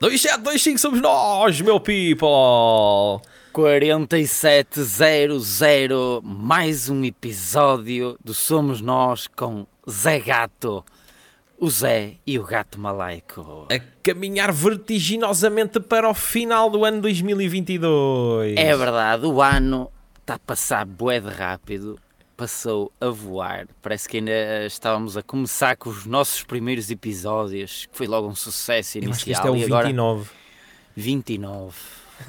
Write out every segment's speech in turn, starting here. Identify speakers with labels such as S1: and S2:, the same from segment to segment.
S1: 2725 somos nós, meu people!
S2: 4700, mais um episódio do Somos Nós com Zé Gato, o Zé e o Gato Malaico.
S1: A caminhar vertiginosamente para o final do ano 2022.
S2: É verdade, o ano está a passar bué de rápido, passou a voar, parece que ainda estávamos a começar com os nossos primeiros episódios, que foi logo um sucesso
S1: Eu acho que
S2: inicial
S1: este é o
S2: e agora
S1: 29.
S2: 29,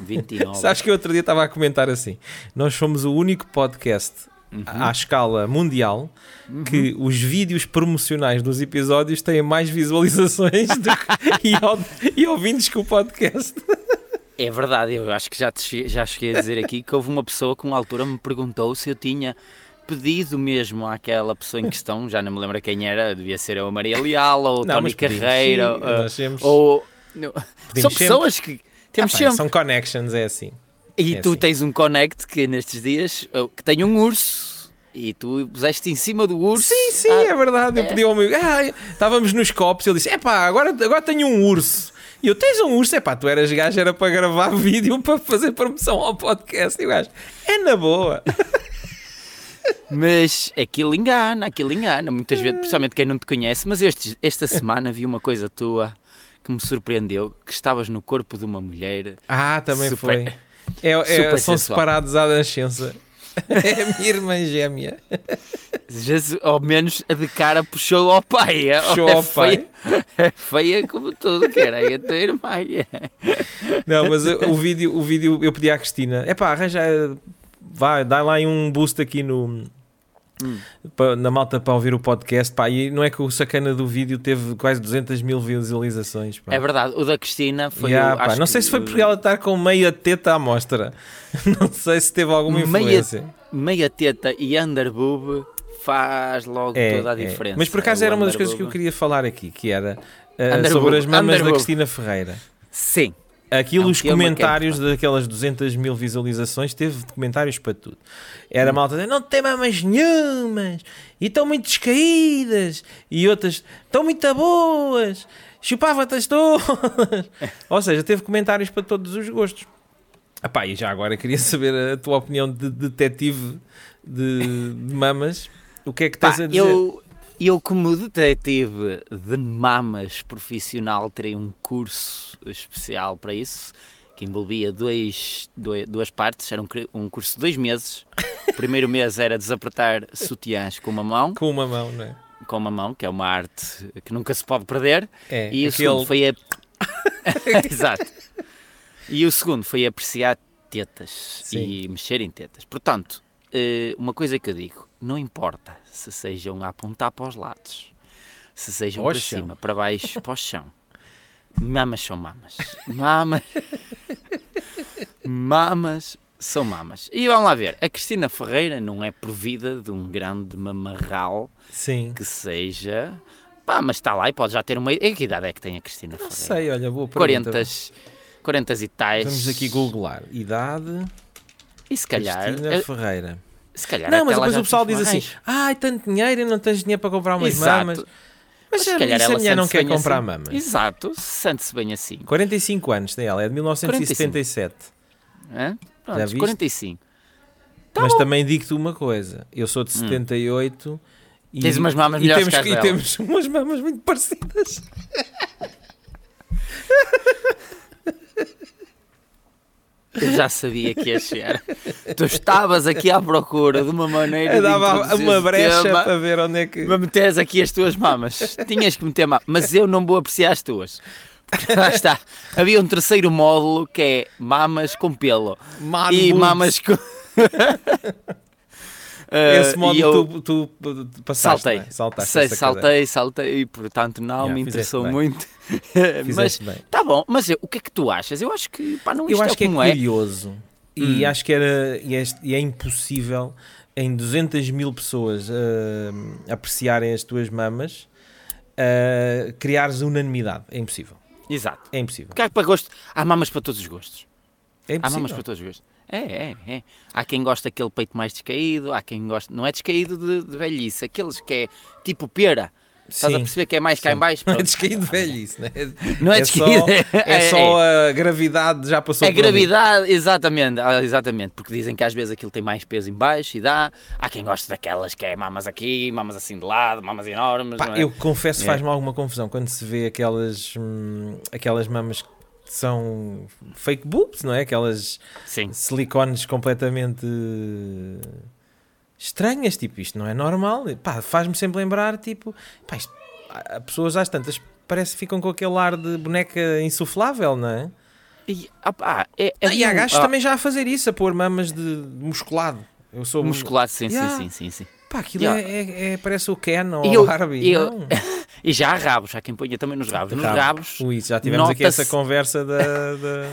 S2: 29.
S1: Sabes que eu outro dia estava a comentar assim: nós somos o único podcast à à escala mundial que os vídeos promocionais dos episódios têm mais visualizações do que, e, ao- e ouvintes que o podcast.
S2: É verdade, eu acho que já, te che- já cheguei a dizer aqui que houve uma pessoa que uma altura me perguntou se eu tinha pedido mesmo àquela pessoa em questão, já não me lembro quem era, devia ser ou a Maria Leal, ou o
S1: Não,
S2: Tony
S1: mas pedimos,
S2: Carreira,
S1: sim,
S2: ou-
S1: nós temos-
S2: ou... não, São
S1: sempre. Ah,
S2: pessoas que temos
S1: Pá,
S2: sempre.
S1: São connections, é assim.
S2: E
S1: é
S2: tu
S1: assim.
S2: tens um connect que nestes dias, oh, que tem um urso, e tu puseste em cima do urso.
S1: Sim, sim,
S2: Ah,
S1: é verdade. Eu pedi ao meu. Ah, estávamos nos copos. Ele disse: É pá, agora, agora tenho um urso. E eu tens um urso. É pá, tu eras gajo, era para gravar vídeo para fazer promoção ao podcast. E o gajo: É na boa.
S2: Mas aquilo engana, aquilo engana, muitas vezes, principalmente quem não te conhece. Mas estes- esta semana vi uma coisa tua que me surpreendeu: que estavas no corpo de uma mulher.
S1: Ah, também
S2: Super-
S1: foi. É, é-
S2: super
S1: são
S2: sensual.
S1: separados à nascença. É a minha irmã gêmea.
S2: Jesus, ao menos a de cara puxou ao pai. é-
S1: Puxou
S2: é
S1: ao
S2: feia- É feia como tudo, que era a tua irmã. é.
S1: Não, mas o, o vídeo, o vídeo eu pedi à Cristina: É pá, arranja. Vai, dá lá aí um boost aqui no.
S2: Hum.
S1: pa- na malta para ouvir o podcast, pá. E não é que o sacana do vídeo teve quase 200 mil visualizações, pá.
S2: É verdade, o da Cristina foi.
S1: Yeah,
S2: o,
S1: pá,
S2: acho
S1: não
S2: que
S1: sei se foi
S2: o-
S1: porque ela estar com meia teta à mostra. Não sei se teve alguma
S2: meia,
S1: influência.
S2: meia teta e underboob faz logo
S1: É,
S2: toda a
S1: é.
S2: diferença.
S1: Mas por acaso
S2: O é?
S1: era uma das coisas que eu
S2: underboob.
S1: queria falar aqui, que era uh,
S2: Underboob,
S1: sobre as mamas da
S2: underboob.
S1: Cristina Ferreira.
S2: Sim.
S1: Aquilo,
S2: É um
S1: os
S2: tema
S1: comentários daquelas 200 mil visualizações, teve comentários para tudo.
S2: Hum.
S1: Era malta de não tem mamas nenhumas, e estão muito descaídas, e outras estão muito boas, chupava-te todas. Ou seja, teve comentários para todos os gostos. Epá, e já agora queria saber a tua opinião de detetive de, de mamas. O que é que
S2: Pá,
S1: tens a dizer?
S2: eu, eu, como detetive de mamas profissional, terei um curso especial para isso, que envolvia dois, doi- duas partes. Era um, cre- um curso de dois meses. O primeiro mês era desapertar sutiãs com uma mão,
S1: Com uma mão, não é?
S2: com uma mão, que é uma arte que nunca se pode perder.
S1: É,
S2: e o
S1: aquele-
S2: segundo foi a... Exato. E o segundo foi apreciar tetas e mexer em tetas. Portanto, eh, uma coisa que eu digo, não importa se sejam a apontar para os lados, se sejam
S1: Para o
S2: para
S1: chão.
S2: cima, para baixo, para o chão. Mamas são mamas. Mamas. Mamas são mamas. E vamos lá ver, a Cristina Ferreira não é provida de um grande mamarral
S1: Sim.
S2: que seja. Pá, mas está lá e pode já ter uma. E que idade é que tem a Cristina
S1: Não
S2: Ferreira?
S1: sei, olha, boa pergunta.
S2: 40, 40 e tais.
S1: Vamos aqui googlar. Idade,
S2: E se calhar.
S1: Cristina
S2: eh,
S1: Ferreira.
S2: Se calhar
S1: Não,
S2: até
S1: mas
S2: ela
S1: depois
S2: já
S1: o pessoal
S2: fez
S1: diz
S2: uma
S1: assim:
S2: raiz.
S1: ai, tanto dinheiro e não tens dinheiro para comprar umas
S2: Exato.
S1: mamas.
S2: Mas
S1: Mas é,
S2: se
S1: já
S2: calhar
S1: disse a
S2: ela
S1: mulher não
S2: sente-se
S1: quer
S2: bem
S1: comprar
S2: assim.
S1: mamas.
S2: Exato, se sente-se bem assim.
S1: 45 anos tem ela, é de 1977.
S2: hã? Pronto,
S1: Já viste?
S2: 45. Tá
S1: mas também digo-te uma coisa: eu sou de 78 e.
S2: Hum. Tens umas mamas
S1: e
S2: melhores
S1: temos,
S2: que as
S1: e
S2: dela.
S1: temos umas mamas muito parecidas.
S2: Eu já sabia que ia chegar. tu estavas aqui à procura de uma maneira.
S1: Eu
S2: de
S1: dava
S2: introduzir
S1: uma
S2: esse
S1: brecha
S2: tema.
S1: para ver onde é que.
S2: Para meteres aqui as tuas mamas. Tinhas que meter mamas. Mas eu não vou apreciar as tuas. Lá está. Havia um terceiro módulo que é mamas com pelo.
S1: Man
S2: e
S1: boobs.
S2: mamas com. Ah,
S1: Esse modo
S2: e eu
S1: tu, tu, tu passaste.
S2: saltei.
S1: não é? Saltaste
S2: Sei,
S1: essa cadeira.
S2: saltei, saltei, e portanto não
S1: Yeah,
S2: me
S1: fizeste
S2: interessou
S1: bem.
S2: muito. mas
S1: Fizeste bem.
S2: tá bom, mas eu- o que é que tu achas? Eu acho que pá, não isto
S1: Eu acho
S2: é
S1: que é
S2: como é. Hum.
S1: curioso e acho que era e é, e é impossível em 200 mil pessoas ah, apreciarem as tuas mamas ah, criares unanimidade. É impossível.
S2: Exato.
S1: É impossível.
S2: Porque há para gosto. Há mamas para todos os gostos.
S1: É
S2: Há mamas
S1: impossível.
S2: para todos os gostos. É, é, é. Há quem gosta daquele peito mais descaído, há quem gosta. Não é descaído de, de velhice, aqueles que é tipo pera. Estás a
S1: Sim.
S2: perceber que é mais cá em baixo?
S1: Não é
S2: Pronto.
S1: descaído velho isso, né?
S2: Não é descaído,
S1: Só, é
S2: é-
S1: só a gravidade já passou
S2: A
S1: por ali.
S2: É gravidade, exatamente, ah, exatamente, porque dizem que às vezes aquilo tem mais peso em baixo e dá. Há quem goste daquelas que é mamas aqui, mamas assim de lado, mamas enormes.
S1: Pá,
S2: não é?
S1: eu confesso que
S2: É.
S1: faz-me alguma confusão quando se vê aquelas, hum, aquelas mamas que são fake boobs, não é? Aquelas
S2: Sim.
S1: silicones completamente estranhas, tipo, isto não é normal. Pá, faz-me sempre lembrar, tipo, pá, isto, há- há pessoas às tantas parece que ficam com aquele ar de boneca insuflável, não é?
S2: E, ah, pá, é, é
S1: Ah, e há
S2: um-
S1: gajos
S2: ah,
S1: também já a fazer isso, a pôr mamas de musculado. Eu sou
S2: Musculado, sim,
S1: Yeah.
S2: sim, sim, sim, sim.
S1: Pá, aquilo
S2: Yeah.
S1: é, é- é- parece o Ken ou
S2: Eu-
S1: o Harvey.
S2: eu-
S1: não.
S2: E já há rabos, há quem ponha também nos rabos. Nos rabos,
S1: Ui, já tivemos aqui
S2: nota-se-
S1: essa conversa da, da,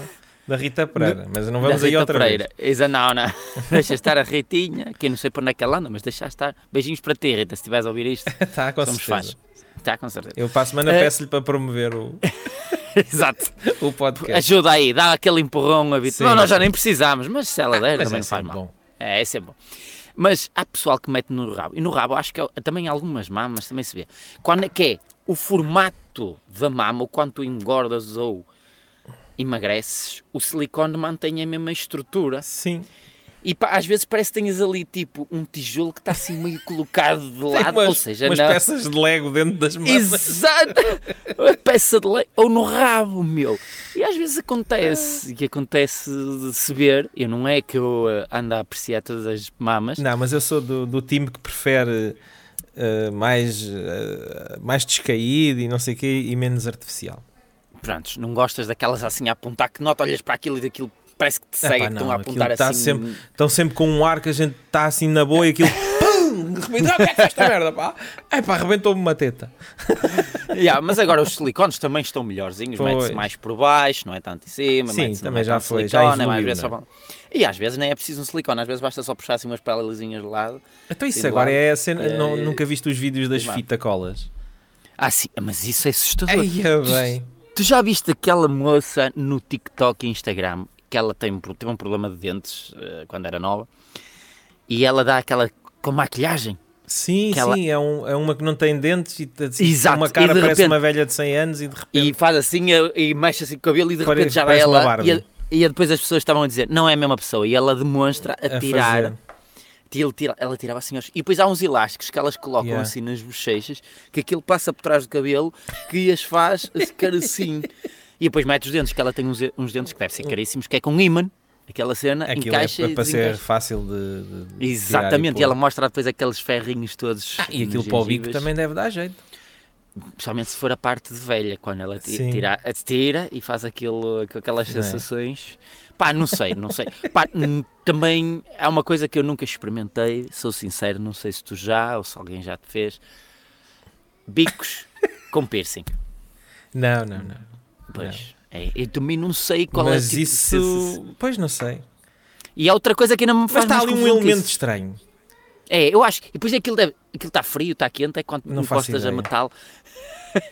S1: da Rita Pereira, mas não
S2: da
S1: vamos aí
S2: Rita
S1: outra
S2: Pereira. Exa, não, não. Deixa estar a Ritinha, que eu não sei para onde é que ela anda, mas deixa estar. Beijinhos para ti, Rita, se estiveres a ouvir isto.
S1: vez. Tá, com
S2: somos
S1: certeza.
S2: fãs. Está com certeza.
S1: Eu para a semana
S2: Eh,
S1: peço-lhe para promover o,
S2: Exato.
S1: o podcast.
S2: Ajuda aí, dá aquele empurrão
S1: Sim.
S2: habitual. Não, nós já nem precisámos, mas se ela der,
S1: Mas
S2: também
S1: é
S2: não faz
S1: sempre
S2: mal.
S1: bom.
S2: É, é sempre bom. Mas há pessoal que mete no rabo. E no rabo acho que há também algumas mamas também se vê. Quando é que é o formato da mama, o quanto tu engordas ou emagreces, o silicone mantém a mesma estrutura.
S1: Sim,
S2: E pá, às vezes parece que tens ali tipo um tijolo que está assim meio colocado de
S1: tem
S2: lado.
S1: umas,
S2: ou seja,
S1: umas
S2: não...
S1: peças de Lego dentro das mãos.
S2: Exato! A peça de lei, ou no rabo, meu. E às vezes
S1: Ah.
S2: acontece, e acontece de se ver, eu não é que eu eh, ando a apreciar todas as mamas,
S1: Não, mas eu sou do, do time que prefere eh, mais, eh, mais descaído e não sei o quê e menos artificial.
S2: prontos, não gostas daquelas assim a apontar, que nota, olhas para aquilo e daquilo parece que te
S1: Epá,
S2: segue, que estão
S1: não,
S2: a
S1: aquilo
S2: apontar
S1: tá
S2: assim.
S1: sempre- Estão sempre com um ar que a gente está assim na boa e aquilo. Pum! De repente, "Ah, o que é que foi esta merda, pá? É pá, arrebentou-me uma teta.
S2: Yeah, mas agora os silicones também estão melhorzinhos,
S1: Pois.
S2: mete-se mais por baixo, não é tanto em cima,
S1: Sim,
S2: mete-se- não
S1: também
S2: é
S1: já
S2: tanto
S1: foi, já
S2: silicone, é mais
S1: evoluiu,
S2: vezes só
S1: não é?
S2: bom. E às vezes nem é preciso um silicone, às vezes basta só puxar assim umas pelezinhas de lado.
S1: Então isso
S2: Sim,
S1: agora
S2: claro.
S1: é a cena.
S2: É,
S1: não-
S2: é,
S1: nunca viste os vídeos das
S2: lá.
S1: fita-colas?
S2: Ah, sim, mas isso é assustador.
S1: Eia
S2: Tu-
S1: bem.
S2: Tu já viste aquela moça no TikTok e Instagram que ela tem, um pro- teve um problema de dentes eh, quando era nova e ela dá aquela com maquilhagem?
S1: Sim,
S2: Que ela-
S1: sim, é, um- é uma que não tem dentes e t- assim,
S2: Exato,
S1: uma
S2: e
S1: cara
S2: de
S1: parece
S2: repente-
S1: uma velha de 100 anos e de repente.
S2: E faz assim eh, e mexe assim com o cabelo e de
S1: Pare-
S2: repente já vai
S1: parece uma
S2: ela.
S1: Barbie.
S2: E, a- e depois as pessoas estavam a dizer, não é a mesma pessoa. E ela demonstra a,
S1: a
S2: tirar.
S1: fazer.
S2: Ele tira- ela tirava assim aos... E depois há uns elásticos que elas colocam
S1: Yeah.
S2: assim nas bochechas, que aquilo passa por trás do cabelo, que as faz ficar assim. E depois mete os dentes, que ela tem uns, uns dentes que devem ser caríssimos, que é com ímã. Aquela cena
S1: Aquilo é
S2: encaixa
S1: para,
S2: e
S1: para ser
S2: desencaixa.
S1: fácil de. de- de tirar
S2: Exatamente,
S1: pôr.
S2: e, ela mostra depois aqueles ferrinhos todos.
S1: Ah, e
S2: nas
S1: aquilo para o bico
S2: gengivas,
S1: também deve dar jeito.
S2: Principalmente se for a parte de velha, quando ela ti-
S1: Sim.
S2: tira, tira e faz aquilo com aquelas
S1: Não é?
S2: sensações. Pá, não sei, não sei. Pá, hum, também é uma coisa que eu nunca experimentei, sou sincero, não sei se tu já ou se alguém já te fez. Bicos com piercing.
S1: Não, não, não.
S2: Pois. É, eu também não sei qual é o
S1: Mas
S2: tipo de sensação.
S1: isso. Pois não sei.
S2: E há outra coisa que ainda me
S1: Mas
S2: faz
S1: está
S2: mais
S1: ali um
S2: confusão que
S1: elemento
S2: isso.
S1: estranho.
S2: É, eu acho. E depois aquilo deve. Aquilo está frio, está quente, é quando
S1: Não faço
S2: encostas a
S1: ideia.
S2: metal.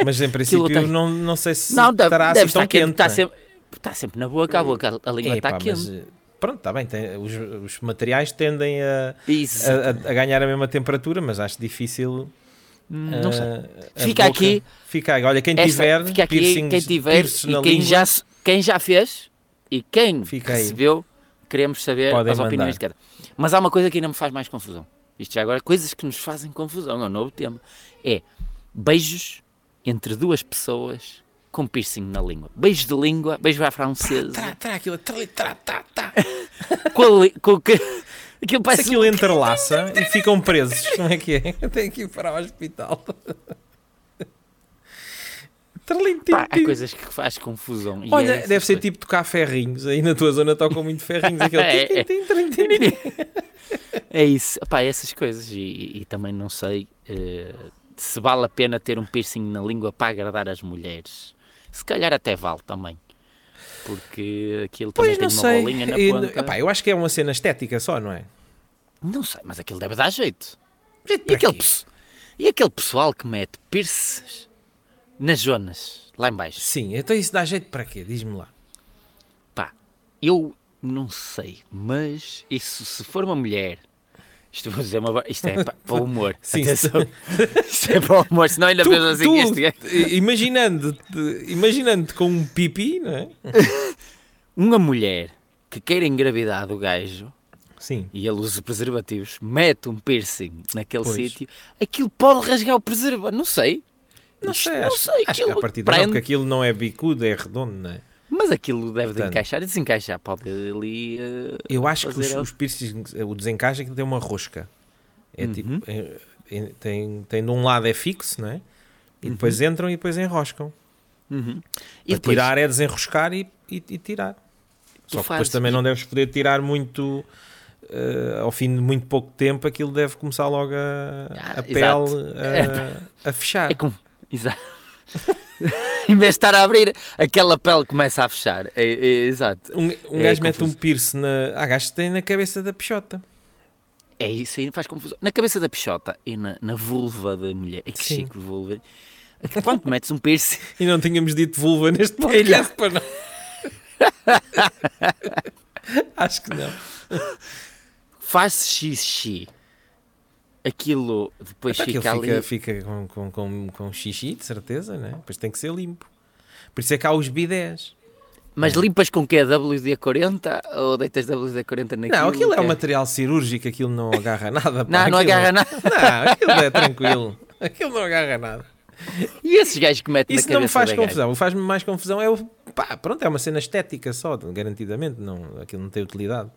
S1: Mas em princípio
S2: tem-
S1: não, não sei se
S2: Não, deve,
S1: estará
S2: deve
S1: assim tão
S2: estar quente.
S1: quente.
S2: Está
S1: não é?
S2: sempre, está sempre na boca, a boca, a- a língua está
S1: Epá, mas,
S2: quente.
S1: eh, pronto, está bem. tem- os, os materiais tendem a,
S2: Isso.
S1: a- a- a ganhar a mesma temperatura, mas acho difícil.
S2: Hum, não sei.
S1: eh, a
S2: Fica
S1: boca-
S2: aqui.
S1: Fica aí. Olha, quem
S2: Esta-
S1: tiver,
S2: fica aqui,
S1: ah, piercings-
S2: quem tiver
S1: piercings
S2: e
S1: na
S2: quem
S1: língua,
S2: já, se- quem já fez e quem
S1: Fica aí.
S2: recebeu, queremos saber
S1: Podem
S2: as opiniões
S1: mandar.
S2: de cada. Mas há uma coisa que ainda me faz mais confusão. Isto já agora, coisas que nos fazem confusão, é um novo tema. É beijos entre duas pessoas com piercing na língua. Beijo de língua, beijo à francesa.
S1: Tra, tra, aquilo, tra, tra, tra, tra.
S2: com a li- com que,
S1: Se
S2: aquilo parece um
S1: aquilo entrelaça e ficam presos, como é que é? Tem que ir para o hospital. Trlim, tim,
S2: Pá, há
S1: tim.
S2: coisas que faz confusão. e
S1: um Olha,
S2: é essas
S1: deve ser
S2: coisas.
S1: tipo tocar ferrinhos. Aí na tua zona tocam muito ferrinhos. Aquele tim, tim, tim, tim, tim.
S2: É isso, pá, essas coisas. E, e- e também não sei eh, se vale a pena ter um piercing na língua para agradar as mulheres. Se calhar até vale também. Porque aquilo também
S1: Pois
S2: tem
S1: não
S2: uma
S1: sei.
S2: bolinha na
S1: E,
S2: ponta.
S1: epá, eu acho que é uma cena estética só, não é?
S2: Não sei, mas aquilo deve dar jeito. E
S1: para
S2: aquele,
S1: quê?
S2: pesso- e aquele pessoal que mete piercings nas zonas, lá em baixo.
S1: Sim, então isso dá jeito para quê? Diz-me lá.
S2: Pá, eu não sei, mas isso se for uma mulher Isto vou dizer uma. bar- Isto é pa- para o humor.
S1: Sim,
S2: Atenção. Isto é para o humor, senão ainda
S1: Tu-
S2: pensam assim
S1: tu-
S2: que este gajo.
S1: Imaginando-te imaginando com um pipi, não é?
S2: Uma mulher que queira engravidar do gajo
S1: Sim.
S2: e ele usa preservativos, mete um piercing naquele
S1: Pois.
S2: sítio, aquilo pode rasgar o preservativo. Não sei.
S1: Não
S2: Isto-
S1: sei,
S2: não
S1: acho,
S2: sei,
S1: acho que a
S2: aquilo
S1: partir
S2: prende.
S1: porque aquilo não é bicudo, é redondo, não é?
S2: Mas aquilo deve de
S1: Portanto.
S2: encaixar e desencaixar. Pode ali. eh,
S1: Eu acho que os,
S2: Fazer-
S1: os piercings, o desencaixe é que tem uma rosca. É tipo, é- é- tem, tem de um lado é fixo, não é? E depois entram e depois enroscam.
S2: E
S1: Para
S2: depois,
S1: tirar é desenroscar e, e- e tirar.
S2: Tu
S1: Só que depois
S2: fazes-
S1: também não deves poder tirar muito. eh, ao fim de muito pouco tempo, aquilo deve começar logo a,
S2: Ah,
S1: a
S2: exato.
S1: pele a, a fechar.
S2: É como. Exato. em vez de estar a abrir, aquela pele começa a fechar. É- é- exato.
S1: Um, um
S2: É
S1: gajo mete um
S2: confuso.
S1: piercing na. Há gajos que tem na cabeça da pichota.
S2: É isso aí, faz confusão. Na cabeça da pichota e na, na vulva da mulher. É que
S1: Sim.
S2: chique vulva. Quando metes um piercing.
S1: E não tínhamos dito vulva neste podcast para não. Acho que não.
S2: faz xixi, aquilo depois
S1: Pá, Aquilo
S2: fica ali.
S1: fica, fica com, com, com, com xixi, de certeza, né? Pois tem que ser limpo. Por isso é que há os bidés.
S2: Mas limpas com o quê? WD-40 ou deitas WD-40 naquilo?
S1: Não, aquilo é
S2: Quê?
S1: um material cirúrgico, aquilo não agarra nada. pá,
S2: Não, não
S1: aquilo-
S2: agarra nada.
S1: Não, aquilo é tranquilo. Aquilo não agarra nada.
S2: E esses gajos que metem
S1: Isso
S2: na
S1: não me
S2: cabeça
S1: faz
S2: da gaja?
S1: confusão. O que faz-me mais confusão é o. Pá, pronto, é uma cena estética só, garantidamente. Não, aquilo não tem utilidade.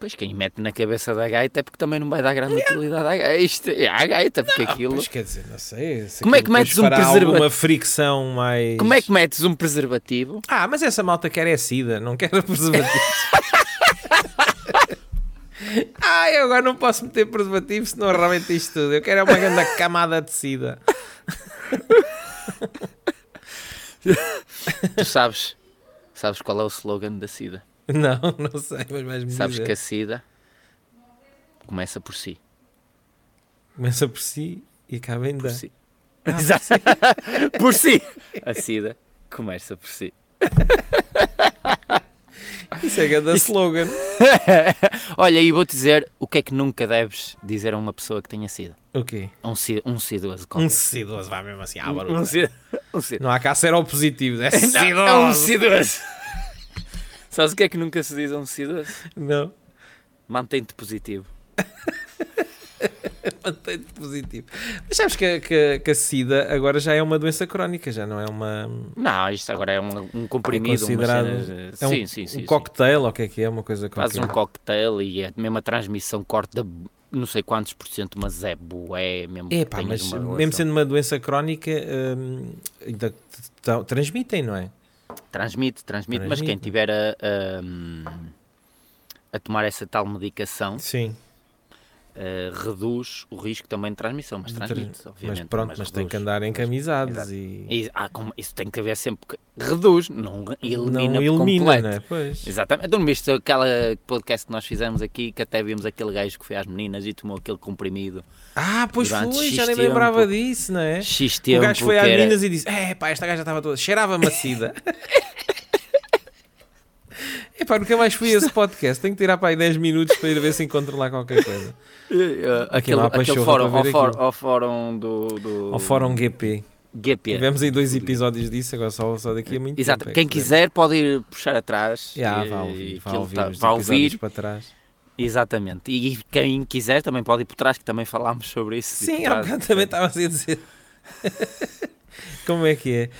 S2: Pois quem mete na cabeça da gaita é porque também não vai dar grande utilidade à gaita. Isto é à gaita, porque aquilo...
S1: É. Pois quer dizer, não sei. se
S2: Como é
S1: aquilo
S2: que
S1: depois
S2: metes um
S1: fará
S2: preserva-
S1: alguma fricção mais.
S2: Como é que metes um preservativo?
S1: Ah, mas essa malta quer é sida, não quer preservativos. ah, eu agora não posso meter preservativo senão realmente isto tudo. Eu quero é uma grande camada de sida.
S2: Tu sabes, sabes qual é o slogan da SIDA?
S1: Não, não sei, mas vais-me
S2: Sabes
S1: dizer.
S2: que é a SIDA começa por si.
S1: Começa por si e acaba ainda.
S2: Por si. Exato. por si. A SIDA começa por si.
S1: Isso é grande slogan.
S2: Olha, e vou-te dizer o que é que nunca deves dizer a uma pessoa que tenha sido.
S1: O quê?
S2: Um, si- um sidoso.
S1: Um
S2: qualquer.
S1: sidoso, vai mesmo assim à barulho.
S2: Um sidoso. Um sidoso.
S1: Não há cá ser ao positivo, é
S2: Não, é um
S1: sidoso.
S2: sidoso. Sabes o que é que nunca se diz a um sidoso?
S1: Não,
S2: Mantém-te positivo.
S1: mantém-te positivo. Mas sabes que, a- que, a- que a sida agora já é uma doença crónica, já não é uma.
S2: Não, isto agora é um, um comprimido. uma
S1: considerado-
S2: cena-
S1: É um,
S2: sim, sim, sim.
S1: um
S2: sim.
S1: cocktail, ou o que é que é? Uma coisa
S2: Fazes
S1: qualquer.
S2: um cocktail e é mesmo a transmissão corta não sei quantos por cento, mas é bué mesmo. que
S1: É pá,
S2: tenhas
S1: mas
S2: uma
S1: mesmo
S2: relação.
S1: sendo uma doença crónica, hum, ainda t- t- transmitem, não é?
S2: Transmite, transmite, mas quem
S1: Transmite.
S2: tiver a, um, a- a tomar essa tal medicação
S1: Sim.
S2: eh, reduz o risco também de transmissão, mas transmite, obviamente.
S1: mas pronto, mas, tem
S2: reduz.
S1: que andar encamisados
S2: Exato.
S1: e
S2: E- ah, como- isso tem que haver sempre que reduz, não elimina,
S1: não
S2: por
S1: elimina,
S2: completo.
S1: não é? Pois.
S2: Exatamente. Então, viste aquele podcast que nós fizemos aqui, que até vimos aquele gajo que foi às meninas e tomou aquele comprimido
S1: Ah, pois
S2: Durante
S1: foi,
S2: X
S1: já nem me
S2: tempo.
S1: lembrava disso, não é?
S2: X
S1: O
S2: tempo.
S1: gajo foi às
S2: que era-
S1: meninas e disse: É pá, esta gaja estava toda. cheirava macida. É pá, nunca mais fui a esse podcast. Tenho que tirar para aí 10 minutos para ir ver se encontro lá qualquer coisa.
S2: Eh, eh,
S1: Aquilo
S2: Aquele,
S1: lá
S2: aquele
S1: apaixonou
S2: fórum,
S1: para
S2: ao,
S1: ver
S2: fórum,
S1: aquilo.
S2: ao fórum do, do
S1: Ao Fórum GP.
S2: GP.
S1: Tivemos aí dois episódios disso, agora só, só daqui a muito
S2: Exato.
S1: tempo. é
S2: Quem
S1: que podemos.
S2: quiser pode ir puxar atrás.
S1: Já,
S2: eh,
S1: vá ouvir, vá
S2: aquilo
S1: ouvir,
S2: tá-
S1: os
S2: vá
S1: episódios
S2: ouvir.
S1: para trás.
S2: Exatamente. E quem quiser também pode ir por trás, que também falámos sobre isso. e
S1: Sim,
S2: por
S1: há
S2: trás.
S1: bocado também estava assim a dizer. Como é que é?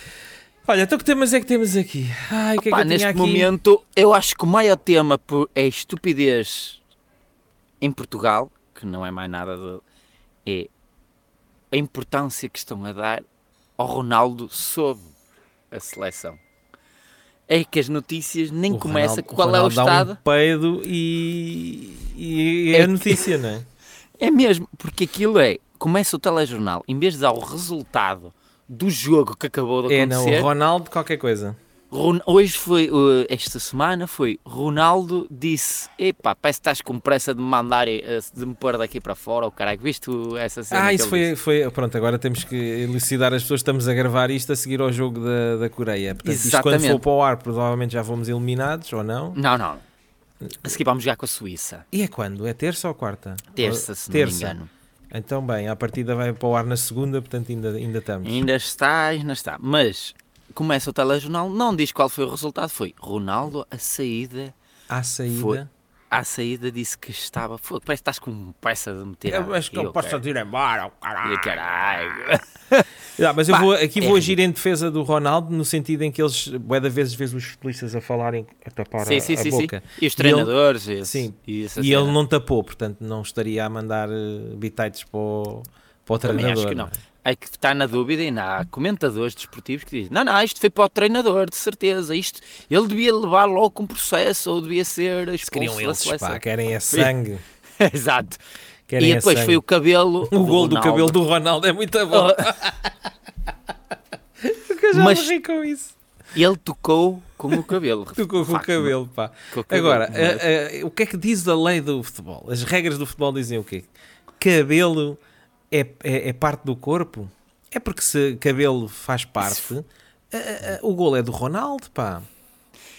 S1: Olha, então que temas é que temos aqui? Ai, o que é que
S2: Pá,
S1: eu tinha
S2: neste
S1: aqui?
S2: momento, eu acho que o maior tema por- é estupidez em Portugal, que não é mais nada de. é a importância que estão a dar ao Ronaldo sob a seleção. É que as notícias nem
S1: O
S2: começa
S1: Ronaldo-
S2: qual
S1: Ronaldo
S2: é o
S1: dá
S2: estado.
S1: um peido e, e é,
S2: É
S1: a
S2: que-
S1: notícia, não é?
S2: É mesmo, porque aquilo é. Começa o telejornal, em vez de dar o resultado do jogo que acabou de
S1: É, não, o
S2: acontecer,
S1: Ronaldo qualquer coisa.
S2: Ron- Hoje foi, uh, esta semana foi, Ronaldo disse, epá, parece que estás com pressa de me mandar, eh, de me pôr daqui para fora, o caralho, viste essa cena
S1: Ah,
S2: que
S1: isso
S2: ele
S1: foi,
S2: disse?
S1: foi. Pronto, agora temos que elucidar as pessoas. Estamos a gravar isto a seguir ao jogo da, da Coreia. Portanto, isto quando
S2: Exatamente.
S1: for para o ar, provavelmente já fomos eliminados ou não.
S2: Não, não, A seguir vamos jogar com a Suíça.
S1: E é quando? É terça ou quarta?
S2: Terça, se
S1: Ou-
S2: não me engano.
S1: Então, bem, a partida vai para o ar na segunda, portanto ainda, ainda estamos.
S2: Ainda está, ainda está. Mas começa o telejornal, não diz qual foi o resultado. Foi Ronaldo a saída.
S1: À saída.
S2: Foi. À saída disse que estava. Fogo, parece que estás com pressa de meter.
S1: Eu acho que eu posso ir embora, oh, caralho.
S2: Caralho.
S1: Ah, mas eu
S2: Pá,
S1: vou, aqui
S2: é
S1: vou agir em defesa do Ronaldo, no sentido em que eles, bué da vezes, vês os futbolistas a falarem a tapar
S2: Sim,
S1: a,
S2: sim,
S1: a
S2: sim, sim.
S1: é boca.
S2: E os
S1: E ele-
S2: treinadores. esse-
S1: Sim.
S2: E, essa
S1: E ele
S2: cena.
S1: não tapou, portanto não estaria a mandar eh, bitites para o, para o
S2: Também
S1: treinador.
S2: acho que
S1: não
S2: não.
S1: é?
S2: É que está na dúvida e ainda há comentadores desportivos que dizem: não, não, isto foi para o treinador, de certeza. Isto, ele devia levar logo um processo ou devia ser
S1: Se
S2: expulso
S1: Queriam
S2: da
S1: eles,
S2: seleção."
S1: pá, querem é sangue.
S2: Exato.
S1: Querem
S2: e
S1: é
S2: depois
S1: sangue.
S2: foi o cabelo.
S1: O gol do
S2: Ronaldo.
S1: cabelo do Ronaldo é muito bom. Porque eu já
S2: Mas-
S1: me ri com isso.
S2: Ele tocou com o cabelo.
S1: Tocou com o
S2: Facto, é?
S1: cabelo, pá.
S2: com o cabelo.
S1: Agora, a- a- o que é que diz a lei do futebol? As regras do futebol dizem o quê? Cabelo é, é- é parte do corpo? É porque se cabelo faz parte, a- a- a- o gol é do Ronaldo, pá.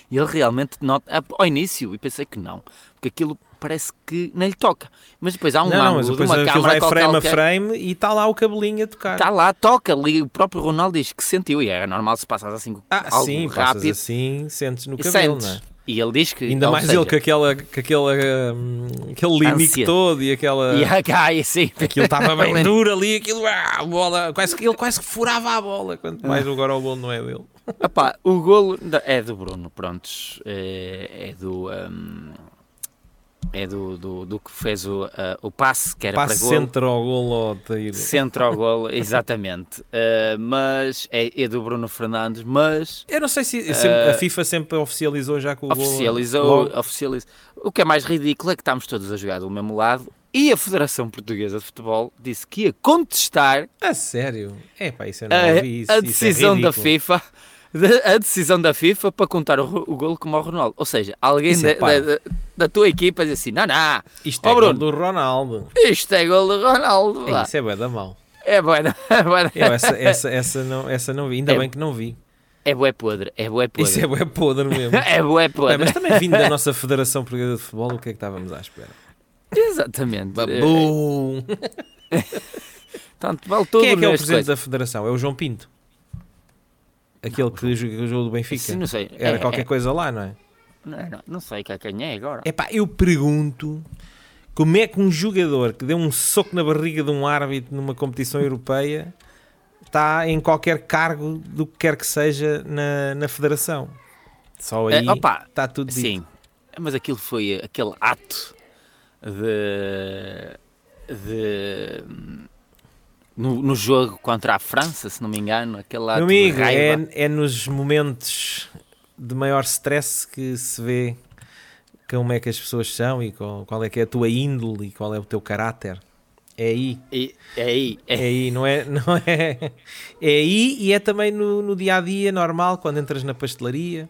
S2: E ele realmente nota ah, ao início e pensei que não, porque aquilo parece que nem lhe toca. Mas depois há um
S1: não, não, mas
S2: ângulo de
S1: depois
S2: uma
S1: aquilo
S2: câmara
S1: vai frame
S2: qualquer, é.
S1: a frame e está lá o cabelinho a tocar.
S2: está Tá lá, toca ali, o próprio Ronaldo diz que sentiu e era normal se passas assim
S1: Ah,
S2: algo
S1: sim, passas
S2: rápido
S1: assim, sentes no
S2: e
S1: cabelo,
S2: sentes.
S1: não é?
S2: E ele diz que
S1: Ainda
S2: ou
S1: mais
S2: seja,
S1: ele com, aquela, com aquela, hum, aquele limique
S2: Ânsia.
S1: todo e aquela.
S2: e a gai assim.
S1: Aquilo estava bem
S2: Ele-
S1: duro ali, aquilo, ah, a bola, quase, que- ele quase que furava a bola. Quanto mais agora o gol não é dele.
S2: Epá, o golo da- é do Bruno, prontos. É, é do. hum, é do, do, do que fez o, ah, o passe, que era
S1: Passe
S2: para golo.
S1: centro ao golo ao Tair.
S2: Centro ao golo, exatamente. Ah, mas é, é do Bruno Fernandes, mas
S1: Eu não sei se sempre- a FIFA sempre oficializou já com o golo.
S2: Eh, oficializou, oficializou. O que é mais ridículo é que estamos todos a jogar do mesmo lado e a Federação Portuguesa de Futebol disse que ia contestar
S1: A sério? É pá, isso eu não
S2: a,
S1: ouvi. Isso,
S2: Eh, a
S1: isso é
S2: decisão da
S1: ridículo.
S2: FIFA de- a decisão da FIFA para contar o, ro- o golo como ao Ronaldo. Ou seja, alguém
S1: Isso
S2: da,
S1: é parvo.
S2: da- da tua equipa diz assim: não, não,
S1: Isto é
S2: Ó,
S1: golo
S2: Bruno.
S1: do Ronaldo.
S2: isto é golo do Ronaldo.
S1: É,
S2: vá."
S1: isso é bué da mal.
S2: É bué, da- é bué da-
S1: Eu essa, essa, essa, não, essa não vi. Ainda
S2: É-
S1: bem que não vi.
S2: é bué podre, é bué
S1: Isso é
S2: podre.
S1: bué podre mesmo.
S2: É bué podre.
S1: Bem, mas também vindo da nossa Federação Portuguesa de Futebol, o que é que estávamos à espera?
S2: Exatamente.
S1: Babum!
S2: Tanto vale tudo
S1: Quem é que é o
S2: neste
S1: presidente
S2: coisa. Ah,
S1: da Federação? É o João Pinto. Aquele que joga- jogou do Benfica.
S2: Sim, não sei.
S1: Era
S2: É,
S1: qualquer
S2: é.
S1: coisa lá, não é?
S2: Não, não, não sei quem é agora.
S1: Epá, eu pergunto como é que um jogador que deu um soco na barriga de um árbitro numa competição europeia está em qualquer cargo do que quer que seja na, na Federação. Só aí
S2: É, opa,
S1: está tudo dito.
S2: Sim, mas aquilo foi aquele ato de. de no, no jogo contra a França, se não me engano, aquele ato
S1: Meu amigo,
S2: de raiva.
S1: é, é nos momentos de maior stress que se vê como é que as pessoas são e qual, qual é que é a tua índole e qual é o teu caráter. É aí,
S2: E- É, aí,
S1: é
S2: é,
S1: aí, não é? Não é, é aí e é também no, no dia a dia normal, quando entras na pastelaria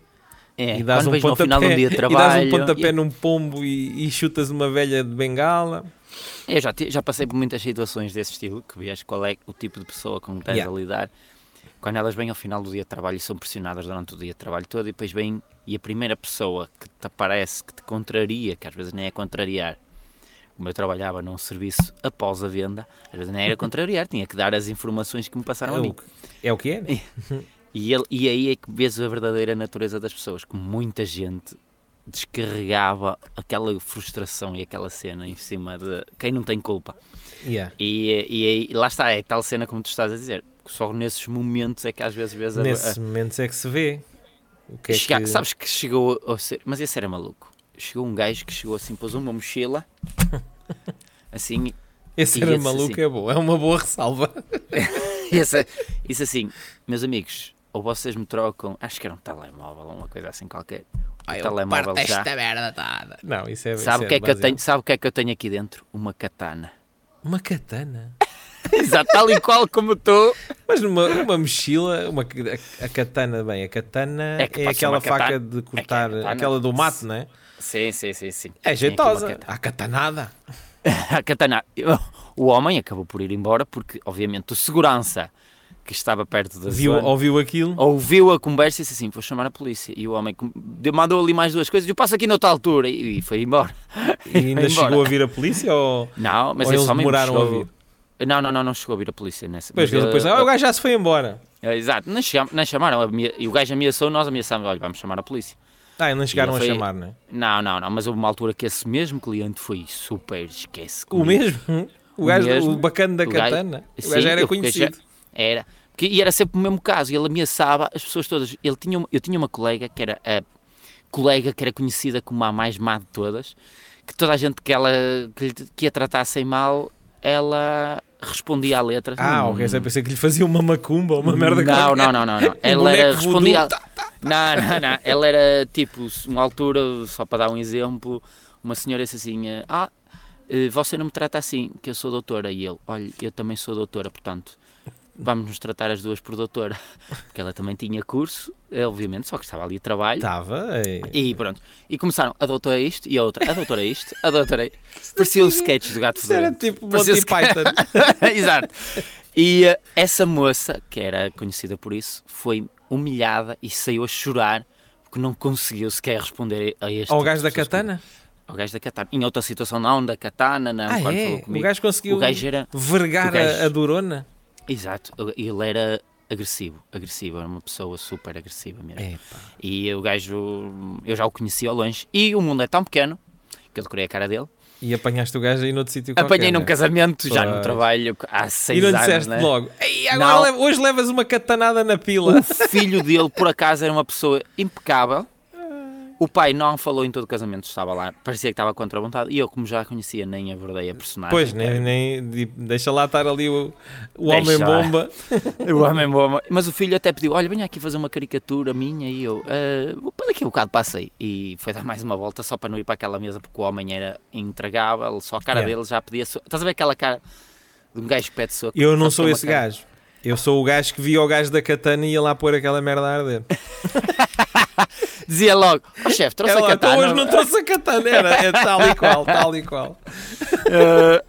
S2: é.
S1: e dás
S2: Quando
S1: um
S2: vejo no
S1: pontapé,
S2: final de um dia de
S1: e dás
S2: trabalho.
S1: um pontapé num pombo e, e chutas uma velha de bengala.
S2: Eu já, ti- já passei por muitas situações desse estilo, que vês qual é o tipo de pessoa com que tens
S1: Yeah.
S2: a lidar. Quando elas vêm ao final do dia de trabalho e são pressionadas durante o dia de trabalho todo, e depois vêm e a primeira pessoa que te aparece, que te contraria, que às vezes nem é contrariar, como eu trabalhava num serviço após a venda, às vezes nem era contrariar, tinha que dar as informações que me passaram
S1: É
S2: a
S1: o,
S2: mim.
S1: é o que é? né?
S2: E, ele- e aí é que vês a verdadeira natureza das pessoas, que muita gente descarregava aquela frustração e aquela cena em cima de quem não tem culpa.
S1: Yeah.
S2: E, e aí- lá está, é tal cena como tu estás a dizer. Só nesses momentos é que às vezes vês a,
S1: Nesses
S2: a-
S1: momentos é que se vê. O que é
S2: chegar-
S1: que...
S2: Sabes que chegou a ser. Mas esse era maluco. Chegou um gajo que chegou assim, pôs uma mochila. Assim,
S1: Esse
S2: E
S1: era
S2: esse,
S1: maluco,
S2: sim.
S1: é bom, é uma boa ressalva.
S2: e essa- isso assim, meus amigos, ou vocês me trocam, acho que era um telemóvel, uma coisa assim qualquer. O telemóvel já.
S1: merda toda. Não, isso é
S2: Sabe o
S1: isso
S2: que, é que eu
S1: demasiado.
S2: tenho, sabe o que é que eu tenho aqui dentro? Uma katana.
S1: Uma katana.
S2: Exato, tal e qual como estou.
S1: Mas numa, numa mochila, uma, a, a katana, bem, a katana
S2: É que
S1: é,
S2: pode ser
S1: aquela
S2: uma katana.
S1: faca de cortar,
S2: katana.
S1: aquela do mato, não é?
S2: Sim, sim, sim, sim. Tenho aqui
S1: É
S2: uma
S1: jeitosa.
S2: katana.
S1: A katanada.
S2: A katana. O homem acabou por ir embora porque, obviamente, o segurança que estava perto da
S1: Viu,
S2: zona,
S1: ouviu aquilo?
S2: ouviu a conversa e disse assim: Vou chamar a polícia. E o homem com- deu- mandou ali mais duas coisas. Eu passo aqui noutra altura. E, e foi embora.
S1: E ainda
S2: Vai embora.
S1: chegou a vir a polícia ou,
S2: Não, mas
S1: ou
S2: esse
S1: eles
S2: homem
S1: demoraram
S2: chegou...
S1: a vir?
S2: Não, não, não, não chegou a vir a polícia nessa.
S1: Pois,
S2: mas,
S1: que depois,
S2: eh,
S1: ah, o gajo já se foi embora.
S2: eh, Exato, não, chegam, não chamaram. amea- E o gajo ameaçou, nós ameaçámos: Olha, vamos chamar a polícia.
S1: Ah, e não chegaram
S2: foi-
S1: a chamar, não é?
S2: Não, não, não, mas houve uma altura que esse mesmo cliente foi super, esquece.
S1: O
S2: comigo.
S1: mesmo? O
S2: O
S1: gajo,
S2: mesmo.
S1: o bacana da
S2: O gajo-
S1: katana. O
S2: Sim,
S1: gajo era
S2: eu fiquei já-
S1: conhecido.
S2: Era. Porque- E era sempre o mesmo caso, ele ameaçava as pessoas todas. Ele tinha, uma- eu tinha uma colega que era a colega que era conhecida como a mais má de todas, que toda a gente que ela que, lhe- que a tratassem mal, ela respondia à letra.
S1: Ah,
S2: Não-
S1: ok, só pensei que lhe fazia uma macumba ou uma merda
S2: não,
S1: qualquer.
S2: não, não, não, não.
S1: Um
S2: Ela era,
S1: boneco voodoo,
S2: respondia.
S1: tá.
S2: Não, não, não. Ela era tipo, uma altura, só para dar um exemplo, uma senhora disse assim: eh, Ah, eh, você não me trata assim, que eu sou doutora. E ele: Olha, eu também sou doutora, portanto, vamos nos tratar as duas por doutora. Porque ela também tinha curso, eh, obviamente, só que estava ali a trabalho.
S1: Estava. é.
S2: E pronto. E começaram a doutora é isto e a outra, a doutora é isto, a doutora. Parecia um sketch do gato
S1: Isso era
S2: fedorento.
S1: tipo
S2: Parecia um
S1: Monty
S2: se-
S1: Python.
S2: Exato. E eh, essa moça, que era conhecida por isso, foi humilhada e saiu a chorar porque não conseguiu sequer responder a este.
S1: Ou o gajo da
S2: pessoas que-
S1: katana?
S2: Ao gajo da Katana. Em outra situação, não, da Katana, não.
S1: Ah,
S2: quando
S1: é?
S2: falou comigo.
S1: O gajo conseguiu
S2: O gajo era.
S1: vergar
S2: o gajo-
S1: a, a durona?
S2: Exato, ele era agressivo, agressivo, era uma pessoa super agressiva mesmo.
S1: É.
S2: E o gajo, eu já o conheci ao longe. E o mundo é tão pequeno que eu decorei a cara dele.
S1: E apanhaste o gajo aí noutro sítio
S2: Apanhei
S1: qualquer,
S2: num
S1: né?
S2: casamento, já no
S1: Pois.
S2: trabalho, há seis
S1: E não
S2: anos.
S1: disseste
S2: né?
S1: logo, Ei, agora
S2: Não.
S1: leva- hoje levas uma catanada na pila.
S2: O filho dele, por acaso, era uma pessoa impecável. O pai não falou em todo o casamento, estava lá, parecia que estava contra a vontade. E eu, como já a conhecia, nem abordei a personagem.
S1: Pois, né? nem, nem- de- deixa lá estar ali o, o
S2: Deixa lá.
S1: homem-bomba.
S2: O homem bom. Mas o filho até pediu: Olha, venha aqui fazer uma caricatura minha. E eu, "Ah, vou para daqui a um bocado passei. E foi dar mais uma volta só para não ir para aquela mesa, porque o homem era intragável, só a cara
S1: Yeah.
S2: dele já podia. so- Estás a ver aquela cara de um gajo que pede soco?
S1: Eu não
S2: Sabe
S1: sou
S2: que é uma
S1: esse
S2: cara-
S1: gajo. Eu sou o gajo que via o gajo da katana e ia lá pôr aquela merda a arder.
S2: Dizia logo: Ó chefe, trouxe
S1: Ela,
S2: a
S1: "Então
S2: katana.
S1: hoje não trouxe a katana, era, é tal e qual, tal e qual.
S2: Eh,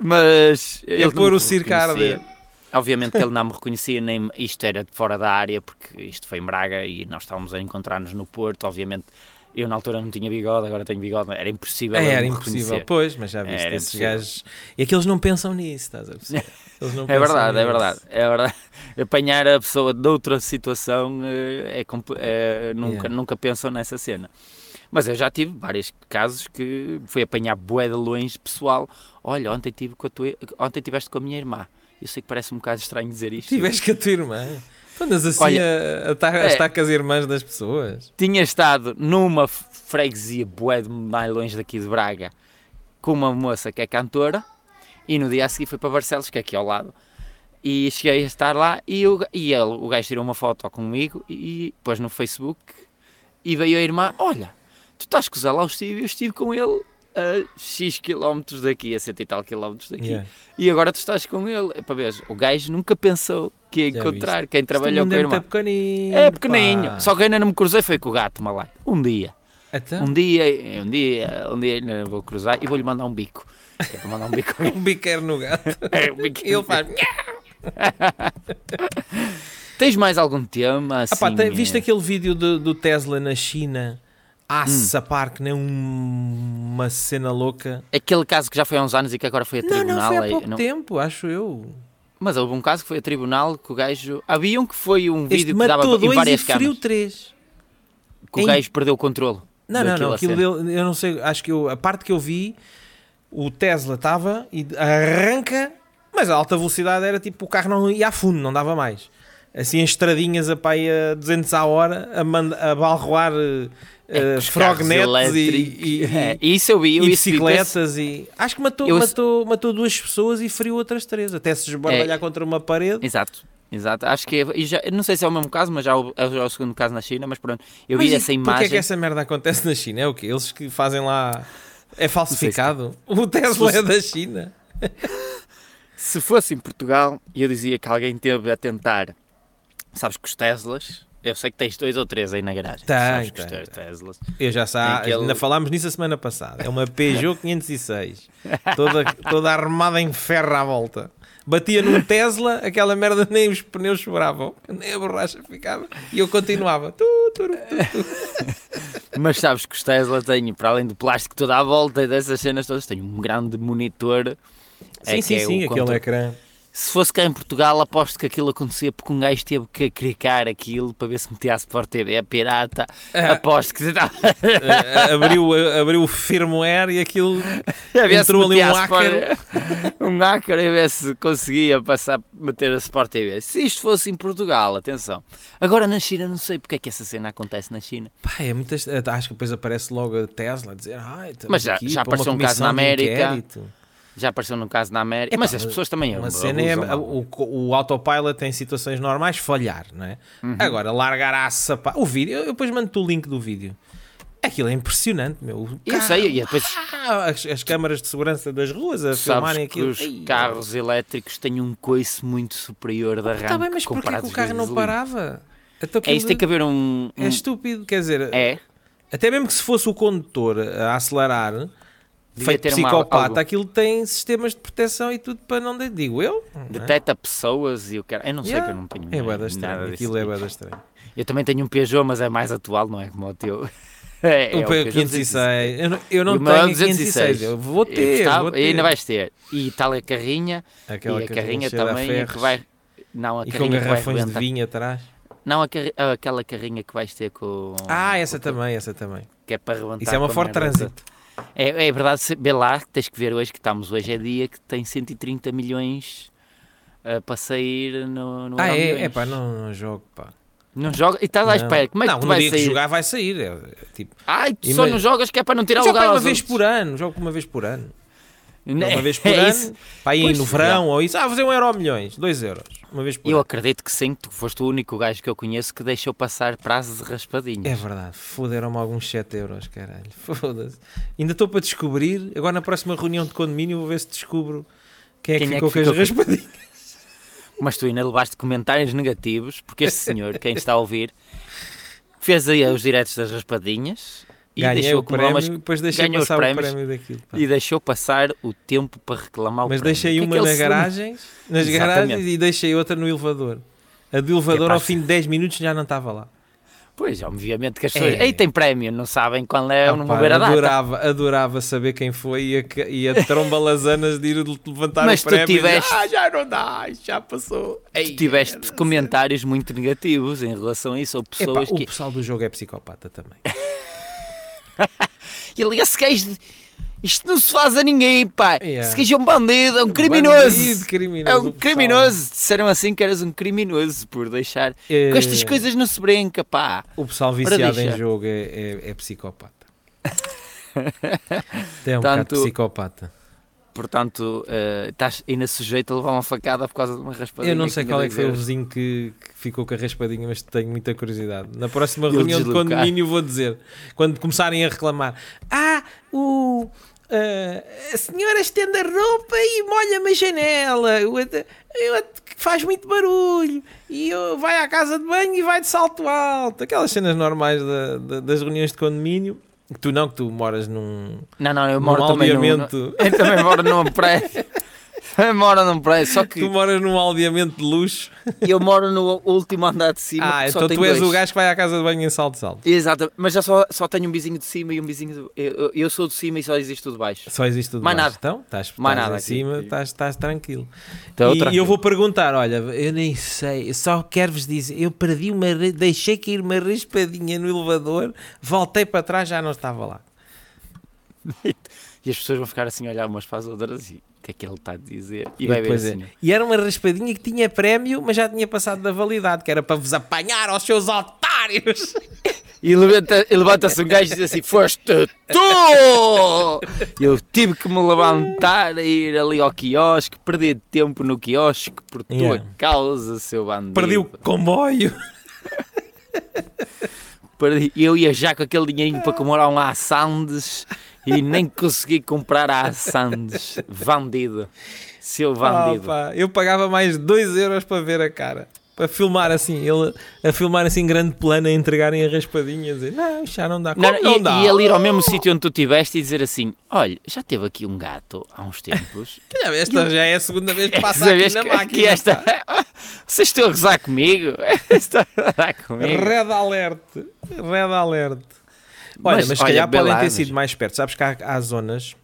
S2: mas
S1: Ia
S2: ele
S1: pôr o
S2: não me
S1: circo a
S2: reconhecia.
S1: arder.
S2: Obviamente que ele não me reconhecia, nem isto era de fora da área, porque isto foi em Braga e nós estávamos a encontrar-nos no Porto. Obviamente, eu na altura não tinha bigode, agora tenho bigode, era impossível. ele
S1: É, era
S2: me
S1: impossível,
S2: reconhecer.
S1: pois, mas já viste,
S2: Era
S1: esses
S2: impossível.
S1: gajos. E aqueles não pensam nisso, estás a perceber? Eles não
S2: É
S1: pensam
S2: verdade, é
S1: nisso.
S2: verdade, é verdade. Apanhar a pessoa de outra situação eh, é, compl- é, nunca,
S1: Yeah.
S2: nunca pensam nessa cena. Mas eu já tive vários casos que fui apanhar bué de longe pessoal. Olha, ontem, tive com a tua, ontem tiveste com a minha irmã. Eu sei que parece um bocado estranho dizer isto.
S1: Tiveste com a tua irmã. Tu andas assim a, a, tar- a
S2: é.
S1: estar com as irmãs das pessoas.
S2: Tinha estado numa freguesia bué de mais longe daqui de Braga com uma moça que é cantora e no dia a seguir fui para Barcelos, que é aqui ao lado. E cheguei a estar lá e, o, ga- e ele, o gajo tirou uma foto comigo e pôs no Facebook e veio a irmã, olha, tu estás com o Zé lá, eu estive, eu estive com ele a X quilómetros daqui, a cento e tal quilómetros daqui.
S1: Yeah.
S2: E agora tu estás com ele. É para ver, o gajo nunca pensou que ia
S1: Já
S2: encontrar quem
S1: Este
S2: trabalhou
S1: mundo
S2: com a
S1: é
S2: irmã.
S1: muito pequenino.
S2: É pequenininho.
S1: pá.
S2: Só que ainda não me cruzei foi com o gato malai. Um dia.
S1: Então,
S2: Um dia, um dia, um dia ainda vou cruzar e vou-lhe mandar um bico. Eu Vou mandar um bico.
S1: um biqueiro no gato.
S2: Um bico.
S1: Ele faz.
S2: Tens mais algum tema? Assim,
S1: Ah, pá, tem-
S2: eh,
S1: viste aquele vídeo do, do Tesla na China a
S2: Hum.
S1: sapar que nem um- uma cena louca?
S2: Aquele caso que já foi há uns anos e que agora foi a
S1: Não,
S2: tribunal.
S1: não, foi há
S2: eh,
S1: pouco
S2: não-
S1: tempo, acho eu.
S2: Mas houve um caso que foi a tribunal que o gajo. Havia um que foi um
S1: Este
S2: vídeo que dava
S1: matou
S2: em
S1: dois e
S2: várias
S1: feriu
S2: câmaras.
S1: três.
S2: Que o
S1: em-
S2: gajo perdeu o controle.
S1: Não, não,
S2: daquilo
S1: não.
S2: a
S1: Aquilo
S2: cena.
S1: dele, eu não sei, acho que eu, a parte que eu vi, o Tesla estava e arranca, mas a alta velocidade era tipo o carro não ia a fundo, não dava mais. Assim, em estradinhas a pai a 200 à hora, a, manda, a balroar eh, eh,
S2: É Os carros
S1: frognetes e,
S2: elétricos.
S1: e- e-
S2: É, isso eu vi.
S1: e
S2: Eu isso vi com esse-
S1: bicicletas e. Acho que matou,
S2: Eu-
S1: matou, matou duas pessoas e feriu outras três, até se esbardalhar
S2: É.
S1: contra uma parede.
S2: Exato, exato. Acho que é- e já, eu não sei se é o mesmo caso, mas já houve- é o, é o segundo caso na China, mas pronto, eu
S1: Mas
S2: vi
S1: e
S2: essa
S1: Porquê
S2: imagem.
S1: é que essa merda acontece na China? É o quê? Eles que fazem lá. É falsificado? O Tesla é da China.
S2: Se fosse em Portugal, eu dizia que alguém teve a tentar, sabes que os Teslas, eh, Eu sei que tens dois ou três aí na garagem.
S1: Tem,
S2: Sabes que os
S1: tem,
S2: teus
S1: tem.
S2: Teslas.
S1: Eu já sa...
S2: Tem aquele-
S1: ainda falámos nisso a semana passada. É uma Peugeot 506, toda, toda armada em ferro à volta. Batia num Tesla, aquela merda nem os pneus choravam, nem a borracha ficava e eu continuava. Tu, tu, tu, tu.
S2: Mas sabes que os Tesla têm, para além do plástico toda à volta e dessas cenas todas, têm um grande monitor. É
S1: Sim,
S2: que
S1: sim,
S2: é
S1: sim,
S2: o
S1: aquele
S2: contra-
S1: ecrã.
S2: Se fosse cá em Portugal, aposto que aquilo acontecia porque um gajo teve que clicar aquilo para ver se metia a Sport TV, a pirata.
S1: É.
S2: Aposto que
S1: A- abriu, abriu o firmware e aquilo
S2: a ver se
S1: Entrou ali
S2: É,
S1: um
S2: metia a Sport- um hacker e ver se conseguia passar, meter a Sport TV. Se isto fosse em Portugal, atenção. Agora na China, não sei porque é que essa cena acontece na China.
S1: Pá, é muitas. Acho que depois aparece logo a Tesla a dizer. "Ai, estamos
S2: Mas já-
S1: aqui
S2: já
S1: para uma
S2: apareceu um caso
S1: comissão
S2: na
S1: de
S2: América.
S1: inquérito."
S2: Já apareceu num caso na América,
S1: Epá,
S2: mas as pessoas também
S1: Uma
S2: abusam,
S1: cena é
S2: mal.
S1: o, o autopilot em situações normais falhar, não é?
S2: Uhum.
S1: Agora, largar a sapa. O vídeo, eu eu depois mando-te o link do vídeo. Aquilo é impressionante, meu. O
S2: Eu sei, e depois
S1: carro- ah, as, as câmaras de segurança das ruas a
S2: tu sabes que
S1: filmarem aquilo.
S2: os
S1: Ei,
S2: carros elétricos têm um coice muito superior da RAM.
S1: Está Tá bem, mas porquê que o carro não parava? Até
S2: É isso, tem que haver um. um-
S1: é estúpido, quer dizer,
S2: é.
S1: até mesmo que se fosse o condutor a acelerar, feito
S2: ter uma-
S1: psicopata,
S2: algo.
S1: aquilo tem sistemas de proteção e tudo para não. de- Digo eu?
S2: Detecta pessoas e o cara. Eu não sei
S1: Yeah.
S2: que eu não tenho.
S1: É bué da
S2: nada tipo.
S1: estranho,
S2: disso.
S1: aquilo é bué da estranho.
S2: Eu também tenho um Peugeot, mas é mais atual, não é como o teu. É,
S1: O
S2: é
S1: Um Peugeot 506. Eu não, eu não tenho 506. Eu vou ter. vou ter.
S2: E ainda vais ter. E tal a carrinha.
S1: Aquela
S2: e a
S1: carrinha
S2: carrinha
S1: cheia de
S2: também é que
S1: ferros.
S2: vai. Não, a
S1: E com
S2: carrinha que vai
S1: garrafões de
S2: arrebentar.
S1: vinho atrás.
S2: Não, a carri- ah, aquela carrinha que vais ter com.
S1: Ah, essa também, essa também.
S2: que é para levantar.
S1: Isso é uma Ford Transit.
S2: É, é verdade, se- vê lá que tens que ver hoje, que estamos hoje é dia, que tem 130 milhões ah, para sair no, no
S1: Ah,
S2: Euromilhões.
S1: é? É pá, não, não jogo, pá.
S2: Não joga. E estás
S1: Não.
S2: à espera, como é que
S1: Não,
S2: tu
S1: no
S2: vais
S1: dia
S2: sair?
S1: que jogar vai sair. é, tipo,
S2: Ai, tu só
S1: Imagina-
S2: não jogas que é para não tirar
S1: eu
S2: o
S1: jogo
S2: lugar
S1: pá, uma
S2: aos
S1: vez
S2: outros.
S1: por ano. Jogo uma vez por ano.
S2: Não,
S1: Uma vez por
S2: é isso.
S1: ano. Pá, aí
S2: Pois,
S1: no verão ou isso. Ah, fazer um euro milhões. Dois euros. Uma vez por
S2: Eu
S1: ano.
S2: acredito que sim, tu foste o único gajo que eu conheço que deixou passar prazo de raspadinho.
S1: É verdade, foderam-me alguns 7 euros, caralho. Foda-se. Ainda estou para descobrir. Agora na próxima reunião de condomínio vou ver se descubro quem é que
S2: Quem é
S1: ficou
S2: que
S1: com as raspadinhas.
S2: Mas tu ainda levaste comentários negativos, porque este senhor, quem está a ouvir, fez aí os diretos das raspadinhas e
S1: Ganhei
S2: deixou
S1: o
S2: acumular
S1: prémio,
S2: umas
S1: depois deixei
S2: ganhou os
S1: passar o
S2: prémios.
S1: prémio daquilo. pá.
S2: E deixou passar o tempo para reclamar o
S1: Mas
S2: prémio.
S1: deixei
S2: O que é
S1: uma
S2: que ele
S1: na
S2: se-
S1: garagem, nas
S2: Exatamente.
S1: garagens e deixei outra no elevador. A do elevador
S2: Capaz
S1: ao fim de 10 minutos já não estava lá.
S2: Pois, obviamente que as pessoas.
S1: É.
S2: Ei, tem prémio, não sabem qual é,
S1: Ah,
S2: não
S1: pá,
S2: vão ver a data.
S1: adorava, adorava saber quem foi e a, ca- e a tromba lasanas de ir levantar
S2: Mas
S1: o
S2: tu
S1: prémio. e dizer,
S2: tiveste-
S1: Ah, já não dá, já passou.
S2: Tu tiveste comentários muito negativos em relação a isso, ou
S1: Epá,
S2: pessoas
S1: O
S2: que. um
S1: pessoal do jogo é psicopata também.
S2: Ele, esse gajo. de- é Isto não se faz a ninguém, pá.
S1: Yeah.
S2: Esse gajo é um bandido, é um criminoso.
S1: Bandido, criminoso,
S2: é
S1: o
S2: um
S1: pessoal.
S2: criminoso. Disseram assim que eras um criminoso por deixar.
S1: É.
S2: Com estas coisas não se brinca, pá.
S1: O pessoal
S2: Ora,
S1: viciado em
S2: deixa.
S1: jogo é, é- é psicopata. É um bocado
S2: Tanto-
S1: psicopata.
S2: Portanto, eh, estás ainda sujeito a levar uma facada por causa de uma raspadinha.
S1: Eu não sei
S2: que ainda
S1: qual é
S2: dei
S1: que foi o
S2: ver.
S1: vizinho que, que ficou com a raspadinha, mas tenho muita curiosidade. Na próxima
S2: Ele
S1: reunião
S2: deslocar.
S1: de condomínio vou dizer, quando começarem a reclamar, ah, o... ah, a senhora estende a roupa e molha-me a janela. O outro- o outro que faz muito barulho. E eu- vai à casa de banho e vai de salto alto. Aquelas cenas normais da- da- das reuniões de condomínio. Que tu não, que tu moras num,
S2: Não, não, eu
S1: num
S2: moro também num,
S1: aldeamento.
S2: Eu também moro num prédio. Eu moro num prédio, só
S1: Tu
S2: que
S1: moras num aldeamento de luxo.
S2: eu moro no último andar de cima.
S1: Ah,
S2: que só
S1: então
S2: tem
S1: tu és
S2: dois.
S1: o gajo que vai à casa de banho em salto salto.
S2: Exato, mas já só, só tenho um vizinho de cima e um vizinho. do- Eu, eu sou de cima e só existe o de baixo.
S1: Só existe tudo
S2: Mais
S1: baixo.
S2: nada.
S1: Então, estás,
S2: Mais
S1: estás
S2: nada
S1: em
S2: aqui.
S1: cima, estás, estás tranquilo.
S2: Então,
S1: e, e
S2: tranquilo.
S1: eu vou perguntar, olha, eu nem sei, eu só quero-vos dizer, eu perdi uma, ra- deixei cair uma raspadinha no elevador, voltei para trás, já não estava lá.
S2: E as pessoas vão ficar assim a olhar umas para as outras e o que é que ele está a dizer? E, vai ver
S1: depois é-
S2: assim.
S1: e era uma raspadinha que tinha prémio, mas já tinha passado da validade, que era para vos apanhar aos seus otários.
S2: E levanta- e levanta-se um gajo e diz assim: Foste tu! Eu tive que me levantar e ir ali ao quiosque, perder tempo no quiosque por tua
S1: Yeah.
S2: causa, seu bandido.
S1: Perdi o comboio.
S2: Perdi- Eu ia já com aquele dinheirinho para comprar um Assandes e nem consegui comprar a Assandes. Bandido. Seu
S1: Ah,
S2: bandido.
S1: pá, eu pagava mais 2 euros para ver a cara. para filmar assim, ele a filmar assim grande plano, a entregarem a raspadinha, a dizer, não, isto já não dá,
S2: Não,
S1: Como não
S2: e,
S1: dá.
S2: e ele ir ao mesmo sítio onde tu estiveste e dizer assim: Olha, já teve aqui um gato há uns tempos.
S1: Calhar Esta já é a segunda vez que passa
S2: Essa
S1: aqui
S2: vez
S1: na
S2: que-
S1: máquina.
S2: que esta- Vocês estão a gozar comigo? Estão a gozar comigo?
S1: Red alert, red alert. Olha, mas, se
S2: olha,
S1: calhar podem
S2: Belarmos.
S1: ter sido mais perto. Sabes que há, há zonas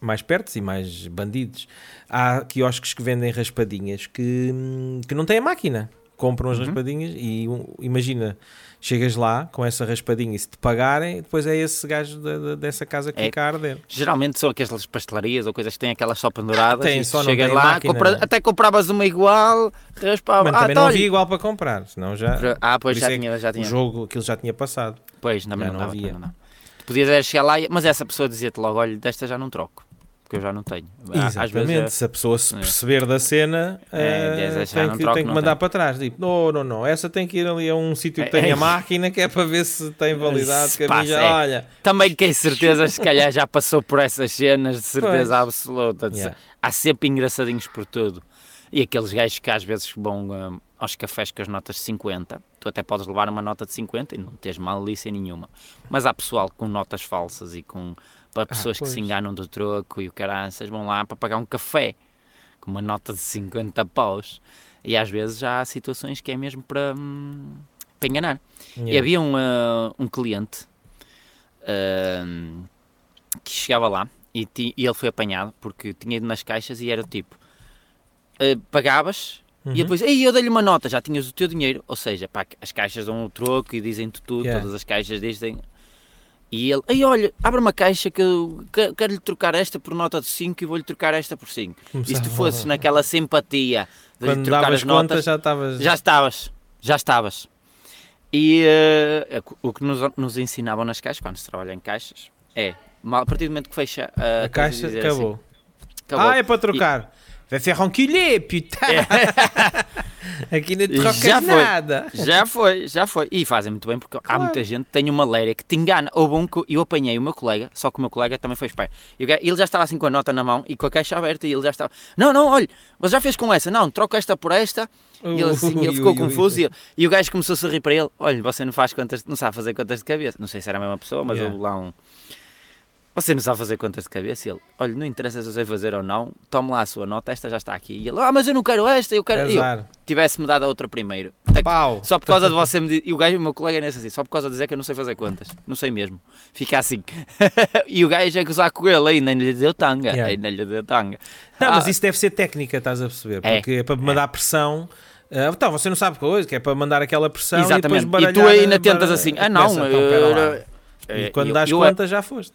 S1: mais perto e mais bandidos. Há quiosques que vendem raspadinhas que, hum, que não têm a máquina. Compram
S2: Uhum.
S1: as raspadinhas e um, imagina, chegas lá com essa raspadinha e se te pagarem, depois é esse gajo da- da- dessa casa que
S2: É.
S1: fica a arder.
S2: Geralmente são aquelas pastelarias ou coisas que têm aquelas só penduradas.
S1: Tem,
S2: e
S1: só
S2: tu
S1: não
S2: chegas
S1: tem
S2: lá,
S1: máquina,
S2: compra-
S1: não é?
S2: até compravas uma igual, raspava.
S1: Mas
S2: ah,
S1: também
S2: tá,
S1: não
S2: olha.
S1: havia igual para comprar, senão já.
S2: Ah, pois
S1: por
S2: já
S1: isso é
S2: tinha, já
S1: que O
S2: tinha.
S1: jogo, aquilo já tinha passado.
S2: Pois, também
S1: Já
S2: não,
S1: não
S2: dava,
S1: havia.
S2: também não dava. Tu podias era chegar lá, e- mas essa pessoa dizia-te logo: olha, desta já não troco, porque eu já não tenho. Ah, Às
S1: Exatamente,
S2: vezes,
S1: se a pessoa se
S2: é.
S1: perceber da cena,
S2: É,
S1: eh,
S2: diz, "Ah, já
S1: tem,
S2: não
S1: que,
S2: troco,
S1: tem que
S2: não
S1: mandar
S2: tenho."
S1: para trás. Tipo, não, não, não, essa tem que ir ali a um sítio que
S2: É,
S1: tenha
S2: é.
S1: máquina, que é para ver se tem validade.
S2: Se
S1: Que a minha já,
S2: passa, é.
S1: olha,
S2: Também tenho certeza, se calhar já passou por essas cenas de certeza
S1: Pois.
S2: absoluta. de
S1: Yeah.
S2: se- Há sempre engraçadinhos por tudo. E aqueles gajos que às vezes vão hum, aos cafés com as notas de 50, tu até podes levar uma nota de 50 e não tens malícia nenhuma. Mas há pessoal com notas falsas e com para pessoas que se
S1: Ah, pois.
S2: enganam do troco e o caraças vão lá para pagar um café com uma nota de 50 paus. E às vezes já há situações que é mesmo para, hum, para enganar. E
S1: yeah.
S2: havia um, ah, um cliente ahm, que chegava lá e, ti- e ele foi apanhado porque tinha ido nas caixas e era o tipo: ah, pagavas
S1: Uhum.
S2: e depois, ei, eu dei-lhe uma nota, já tinhas o teu dinheiro. Ou seja, pá, as caixas dão o troco e dizem-te tudo,
S1: Yeah.
S2: todas as caixas dizem. E ele, ei, olha, abre uma caixa que eu que- quero-lhe trocar esta por nota de 5 e vou-lhe trocar esta por 5. E se tu
S1: Começava-
S2: fosses naquela simpatia de lhe
S1: quando
S2: trocar
S1: davas
S2: as notas,
S1: contas já estavas.
S2: já estavas, já estavas. E eh, o que nos, nos ensinavam nas caixas, quando se trabalha em caixas, é, mal- a partir do momento que fecha a,
S1: a
S2: coisa,
S1: caixa
S2: dizer
S1: acabou.
S2: assim, acabou.
S1: Ah, é para trocar. Vai ser ronquilhê, putain. Aqui não trocas
S2: É. Já foi.
S1: nada.
S2: Já foi, já foi. E fazem muito bem, porque há
S1: Claro.
S2: muita gente que tem uma léria que te engana. Houve um que eu apanhei o meu colega, só que o meu colega também foi esperto. E o ga- Ele já estava assim com a nota na mão e com a caixa aberta e ele já estava... Não, não, olha, mas já fez com essa. Não, troca esta por esta. E ele, assim, ele
S1: Ui,
S2: ficou
S1: ui,
S2: confuso
S1: ui.
S2: e, ele- e o gajo começou a sorrir para ele. Olha, você não faz contas, não sabe fazer contas de cabeça. Não sei se era a mesma pessoa, mas
S1: Yeah.
S2: houve lá um... Você não sabe fazer contas de cabeça? E ele, olha, não interessa se eu sei fazer ou não, tome lá a sua nota, esta já está aqui. E ele, ah, mas eu não quero esta, eu quero... E eu,
S1: Azar.
S2: tivesse-me dado a outra primeiro.
S1: Pau.
S2: Só por causa de você me dizer. E o gajo, o meu colega é nesse assim, só por causa de dizer que eu não sei fazer contas. Não sei mesmo. Fica assim. e o gajo é gozar com ele, ainda lhe deu tanga.
S1: Yeah.
S2: Ainda lhe deu tanga.
S1: Não, mas
S2: Ah,
S1: isso deve ser técnica, estás a perceber?
S2: É.
S1: Porque é, para mandar pressão. Ah, então, você não sabe coisa, que é para mandar aquela pressão e depois
S2: Exatamente.
S1: baralhar. eh,
S2: E tu ainda tentas
S1: baralhar-
S2: assim, ah não,
S1: Pensa, então, pera lá.
S2: eh,
S1: E
S2: eh,
S1: quando
S2: eu-
S1: das
S2: eu-
S1: contas já foste.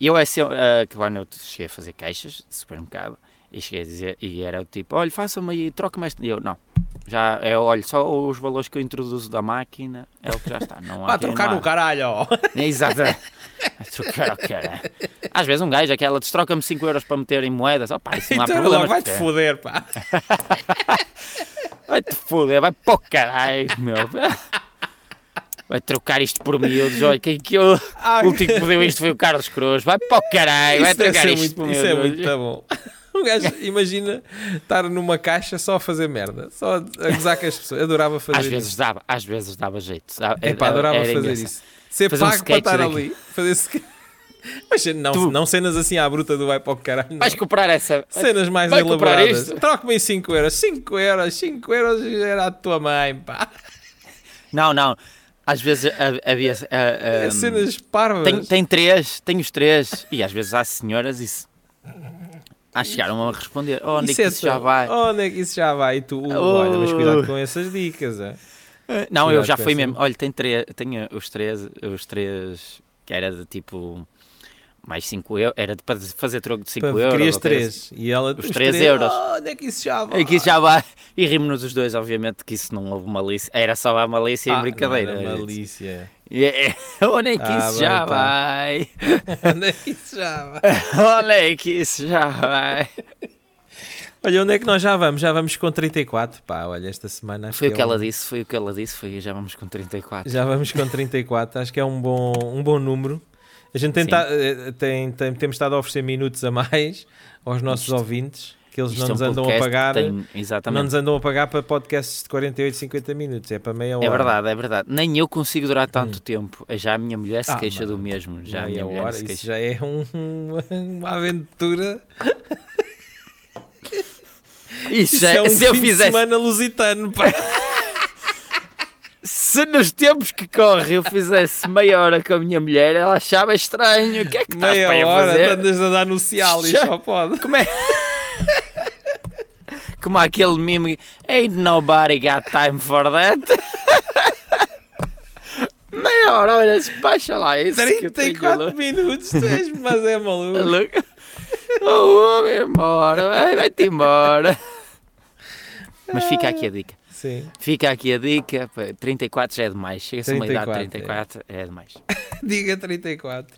S2: E eu é assim, ah, que quando eu cheguei a fazer caixas de supermercado e cheguei a dizer, e era o tipo, olha, faça-me aí, troca-me este. E eu, não. Já, é, olha, só os valores que eu introduzo da máquina é o que já está. Não há
S1: Pá,
S2: aqui,
S1: trocar
S2: não há.
S1: no caralho. ó.
S2: Exato. A trocar ao cara. é, Às vezes um gajo, aquela, destroca-me 5 euros para meter em moedas. Oh, pá, isso não há
S1: Então
S2: problema. É.
S1: logo vai-te foder, pá.
S2: Vai-te foder, vai para o caralho, meu. Vai trocar isto por miúdos. Olha, quem que eu.
S1: Ai,
S2: O último que deu isto foi o Carlos Cruz. Vai para o caralho, vai
S1: isso deve
S2: trocar
S1: ser
S2: isto por
S1: muito, isso é
S2: miúdos.
S1: muito tá bom. Um gajo, imagina estar numa caixa só a fazer merda, só a gozar com as pessoas. Eu adorava fazer
S2: Às
S1: isso.
S2: vezes dava, às vezes dava jeito. sabe?
S1: É pá,
S2: Era-
S1: adorava
S2: era
S1: fazer
S2: engraçado.
S1: isso. Ser
S2: Fazer um
S1: pago para
S2: sketch
S1: estar
S2: daqui.
S1: ali. Fazer sketch. Mas não,
S2: Tu-
S1: não cenas assim à bruta do vai para o caralho. não.
S2: Vais comprar essa.
S1: Cenas mais
S2: Vai comprar
S1: elaboradas.
S2: isto?
S1: Troca-me em 5 euros. 5 euros, 5 euros era a tua mãe, pá.
S2: Não, não. Às vezes ha- havia. ah, ah,
S1: É Cenas parvas.
S2: Tenho, tem três, tenho os três. E às vezes há senhoras e se... ah, chegaram a responder: "Oh, onde
S1: Isso
S2: é
S1: é
S2: que isso já
S1: teu.
S2: vai?
S1: Onde é que isso já vai? E tu, uh, olha, mas cuidado com essas dicas. é.
S2: Não, eu
S1: cuidado
S2: já
S1: com
S2: fui
S1: essa.
S2: mesmo. Olha, tenho, três, tenho os três, os três que era de tipo mais 5 euros, era de, para fazer troco de
S1: Pá,
S2: 5 euros.
S1: Querias
S2: ou coisa assim.
S1: 3 e ela
S2: Os três euros.
S1: "Oh, onde é que isso já vai?
S2: É que isso já vai. E rimos-nos os dois, obviamente, que isso não houve malícia. Era só a malícia
S1: Ah,
S2: e brincadeira. é
S1: não era malícia.
S2: E- é- Onde é que
S1: Ah,
S2: isso já
S1: bem, tá.
S2: vai?
S1: onde é que isso já vai?
S2: Onde é que isso já vai?
S1: Olha, onde é que nós já vamos? Já vamos com 34. Pá, olha, esta semana. acho
S2: Foi o
S1: é
S2: que ela
S1: um-
S2: disse, foi o que ela disse, foi já vamos com 34.
S1: Já vamos com 34. Acho que é um bom, um bom número. A gente tem,
S2: Sim.
S1: ta- eh, tem- tem- temos estado a oferecer minutos a mais aos nossos ouvintes. que eles
S2: Isto
S1: não
S2: é um
S1: nos andam a
S2: podcast que
S1: pagar.
S2: tem-
S1: Não
S2: Exatamente.
S1: nos andam a pagar para podcasts de 48, 50 minutos, é para meia hora.
S2: É verdade, é verdade. Nem eu consigo durar tanto tempo. Já a minha mulher se
S1: Hum. Ah,
S2: queixa
S1: mano.
S2: do mesmo. Já a
S1: meia
S2: minha mulher
S1: hora,
S2: se
S1: isso
S2: queixa.
S1: já é um- uma aventura.
S2: Isso
S1: Isso
S2: já-
S1: é um
S2: se eu
S1: fim de
S2: fizesse, Tá
S1: semana lusitano, pá.
S2: se nos tempos que corre eu fizesse meia hora com a minha mulher, ela achava estranho. O que é que estás para aí
S1: Meia
S2: a
S1: hora,
S2: fazer?
S1: andas a dar no Cial e
S2: Já-
S1: só pode.
S2: Como é? Como aquele meme Ain't nobody got time for that. Meia hora, olha, baixa lá é isso. que eu tenho
S1: 34 minutos, tu és, mas é maluco.
S2: Lu- Oh, Tá homem, embora, vai- vai-te embora. Mas fica aqui a dica.
S1: Sim.
S2: Fica aqui a dica. pá, 34 já é demais. Chega-se a uma idade
S1: 34,
S2: 34, é demais.
S1: Diga 34.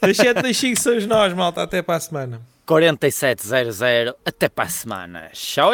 S1: Das 7 das 5 somos nós, malta. Até para a semana.
S2: 4700, até para a semana. Tchau!